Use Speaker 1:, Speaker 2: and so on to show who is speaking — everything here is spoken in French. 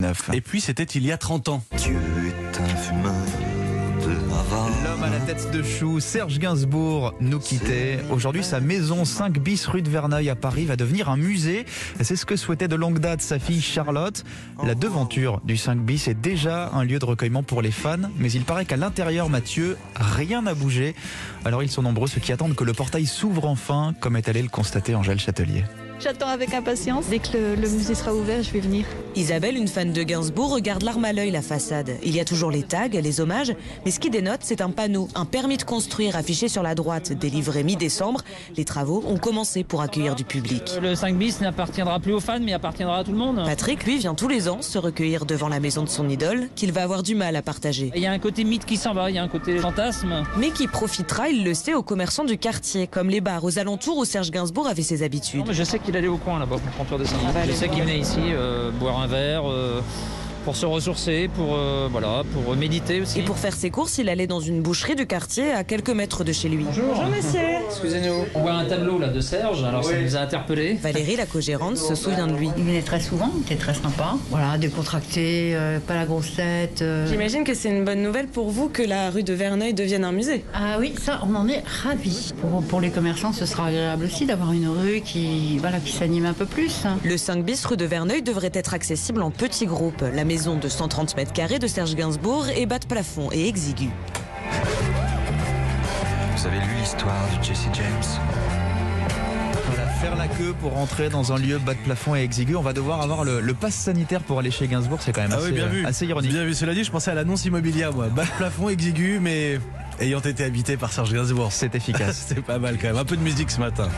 Speaker 1: 19.
Speaker 2: Et puis c'était il y a 30 ans.
Speaker 3: Dieu est un fumeur de Havane.
Speaker 1: L'homme à la tête de chou, Serge Gainsbourg, nous quittait. Aujourd'hui, sa maison 5 bis rue de Verneuil à Paris va devenir un musée. C'est ce que souhaitait de longue date sa fille Charlotte. La devanture du 5 bis est déjà un lieu de recueillement pour les fans, mais il paraît qu'à l'intérieur, Mathieu, rien n'a bougé. Alors ils sont nombreux ceux qui attendent que le portail s'ouvre enfin, comme est allé le constater Angèle Châtelier.
Speaker 4: J'attends avec impatience. Dès que le, le musée sera ouvert, je vais venir.
Speaker 5: Isabelle, une fan de Gainsbourg, regarde l'arme à l'œil la façade. Il y a toujours les tags, les hommages, mais ce qui dénote, c'est un panneau, un permis de construire affiché sur la droite, délivré mi-décembre. Les travaux ont commencé pour accueillir du public.
Speaker 6: Euh, Le 5 bis n'appartiendra plus aux fans, mais appartiendra à tout le monde.
Speaker 5: Patrick, lui, vient tous les ans se recueillir devant la maison de son idole, qu'il va avoir du mal à partager.
Speaker 6: Il y a un côté mythe qui s'en va, il y a un côté fantasme.
Speaker 5: Mais qui profitera, il le sait, aux commerçants du quartier, comme les bars aux alentours où Serge Gainsbourg avait ses habitudes.
Speaker 6: Non, mais je sais qu'il allait au coin là-bas pour prendre de saint Je sais qu'il venait ici euh, boire un verre. euh, pour se ressourcer, pour euh, voilà, pour méditer aussi.
Speaker 5: Et pour faire ses courses, il allait dans une boucherie du quartier à quelques mètres de chez lui.
Speaker 6: Bonjour monsieur. Excusez-nous. On voit un tableau là de Serge, alors ça nous a interpellés.
Speaker 5: Valérie, la co-gérante, se souvient de lui.
Speaker 7: Il venait très souvent, il était très sympa. Voilà, décontracté, euh, pas la grosse tête. euh.
Speaker 8: J'imagine que c'est une bonne nouvelle pour vous que la rue de Verneuil devienne un musée.
Speaker 7: Ah oui, ça, on en est ravis. Pour, pour les commerçants, ce sera agréable aussi d'avoir une rue qui, voilà, qui s'anime un peu plus. hein.
Speaker 5: Le 5 bis rue de Verneuil devrait être accessible en petits groupes. La maison de 130 mètres carrés de Serge Gainsbourg est bas de plafond et exiguë.
Speaker 3: Vous avez lu l'histoire de Jesse James
Speaker 1: Voilà, faire la queue pour entrer dans un lieu bas de plafond et exigu. On va devoir avoir le, le pass sanitaire pour aller chez Gainsbourg. C'est quand même
Speaker 2: Ah
Speaker 1: assez,
Speaker 2: oui, bien
Speaker 1: euh,
Speaker 2: vu.
Speaker 1: assez ironique.
Speaker 2: Bien vu, cela dit, je pensais à l'annonce immobilière, moi. Bas de plafond, exigu, mais ayant été habité par Serge Gainsbourg.
Speaker 1: C'est efficace.
Speaker 2: C'est pas mal quand même. Un peu de musique ce matin.